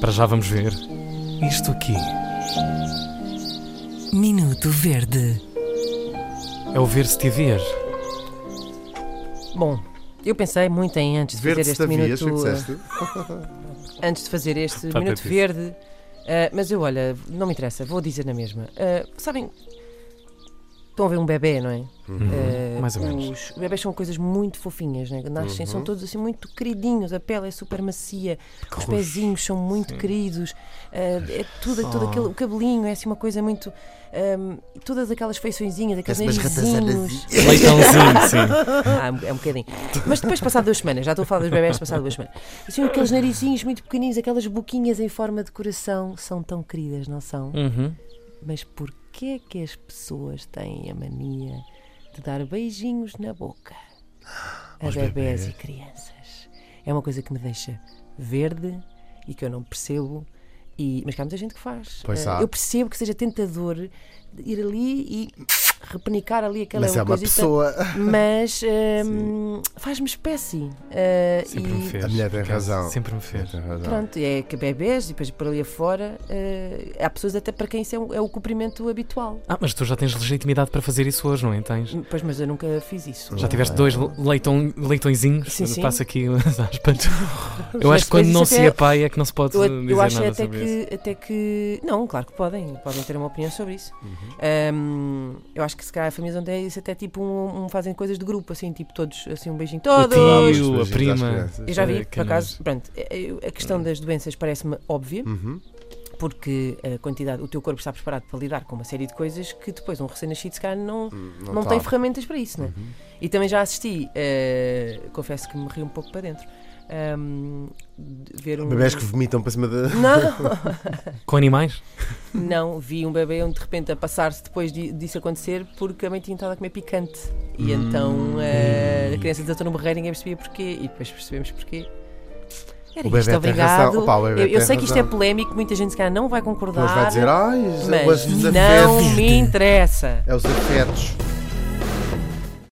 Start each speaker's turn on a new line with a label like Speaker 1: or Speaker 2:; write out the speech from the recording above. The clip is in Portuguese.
Speaker 1: Para já vamos ver isto aqui.
Speaker 2: Minuto Verde.
Speaker 1: É o ver se te vier.
Speaker 3: Bom, eu pensei muito em antes de fazer
Speaker 4: Verde-se
Speaker 3: este
Speaker 4: da vias, foi o
Speaker 3: minuto.
Speaker 4: que disseste?
Speaker 3: eh, Antes de fazer este
Speaker 1: Tá,
Speaker 3: minuto
Speaker 1: Patrícia.
Speaker 3: verde. eh, mas eu, olha, não me interessa, vou dizer na mesma. Eh, sabem, estão a ver um bebê, não é? Eh,
Speaker 1: Hum, Uhum. Mais ou menos.
Speaker 3: Os bebés são coisas muito fofinhas, né? Nascem, são
Speaker 4: Uhum.
Speaker 3: todos assim muito queridinhos, a pele é super macia, os pezinhos são muito queridos, eh, é tudo, todo aquele, o cabelinho é assim uma coisa muito. ehm, todas aquelas feiçõezinhas, aqueles
Speaker 4: Parece umas
Speaker 3: narizinhos.
Speaker 1: Leitãozinho, sim.
Speaker 3: Ah, é um bocadinho. Mas depois, passado duas semanas, já estou a falar dos bebés, passado duas semanas. Assim, aqueles narizinhos muito pequeninos, aquelas boquinhas em forma de coração, são tão queridas, não são?
Speaker 1: Uhum.
Speaker 3: Mas porquê é que as pessoas têm a mania de dar beijinhos na boca a bebés e crianças? É uma coisa que me deixa verde e que eu não percebo. E, mas que há muita gente que faz.
Speaker 4: Pois
Speaker 3: Eh,
Speaker 4: há.
Speaker 3: Eu percebo que seja tentador ir ali e repenicar ali aquela
Speaker 4: Mas é uma
Speaker 3: coisita
Speaker 4: pessoa.
Speaker 3: mas hum, faz-me espécie. Uh,
Speaker 1: Sempre me
Speaker 3: e
Speaker 1: fez.
Speaker 4: A mulher tem
Speaker 1: por acaso.
Speaker 4: razão. Então.
Speaker 1: Sempre me fez.
Speaker 4: Tem razão.
Speaker 3: Pronto, é que bebês e depois por ali afora uh, há pessoas até para quem isso é, um- é o cumprimento habitual.
Speaker 1: Ah, mas tu já tens legitimidade para fazer isso hoje, não é? Tens?
Speaker 3: Pois, mas eu nunca fiz isso.
Speaker 1: Já tiveste dois leitão, leitõezinhos?
Speaker 3: Ah. Sim, sim.
Speaker 1: Passa aqui as aspas. Eu
Speaker 3: Mas
Speaker 1: acho que quando
Speaker 3: depois
Speaker 1: não
Speaker 3: isso
Speaker 1: se
Speaker 3: até-
Speaker 1: é pai é que não se pode
Speaker 3: Eu,
Speaker 1: dizer
Speaker 3: eu acho
Speaker 1: nada
Speaker 3: até
Speaker 1: sobre isso.
Speaker 3: que, até que. Não, claro que podem, podem ter uma opinião sobre isso. Um, eu acho que se calhar há famílias onde é isso até tipo um, um- fazem coisas de grupo, assim, tipo todos, assim, um beijinho
Speaker 1: O
Speaker 3: todos.
Speaker 4: Todos,
Speaker 1: tio, a
Speaker 4: beijinhos às
Speaker 1: prima.
Speaker 4: crianças.
Speaker 3: Eu já
Speaker 1: eh, Hum.
Speaker 3: vi, por
Speaker 1: quem
Speaker 3: acaso, pronto, eh, eh, a questão das doenças parece-me óbvia,
Speaker 4: Uhum.
Speaker 3: porque a quantidade, o teu corpo está preparado para lidar com uma série de coisas que depois um recém-nascido se calhar não, não,
Speaker 4: tá. Uhum.
Speaker 3: tem ferramentas para isso, né? E também já assisti, eh, confesso que me ri um pouco para dentro, ahm, de ver um
Speaker 4: Bebés que vomitam para cima da.
Speaker 3: não,
Speaker 1: Com animais?
Speaker 3: não, vi um bebê onde de repente a passar-se depois di- disso acontecer porque a mãe tinha estado a comer picante. E
Speaker 4: Hum.
Speaker 3: então eh, a criança desatou no berreiro e ninguém percebia porquê. E depois percebemos porquê. Era
Speaker 4: O bebé
Speaker 3: isto,
Speaker 4: tem
Speaker 3: obrigado.
Speaker 4: razão. Opa, o bebé
Speaker 3: eu eu
Speaker 4: tem
Speaker 3: sei que isto é
Speaker 4: razão.
Speaker 3: polémico, muita gente se calhar não vai concordar.
Speaker 4: Depois vai dizer, ai, os
Speaker 3: Mas
Speaker 4: afetos.
Speaker 3: não me interessa.
Speaker 4: É os afetos.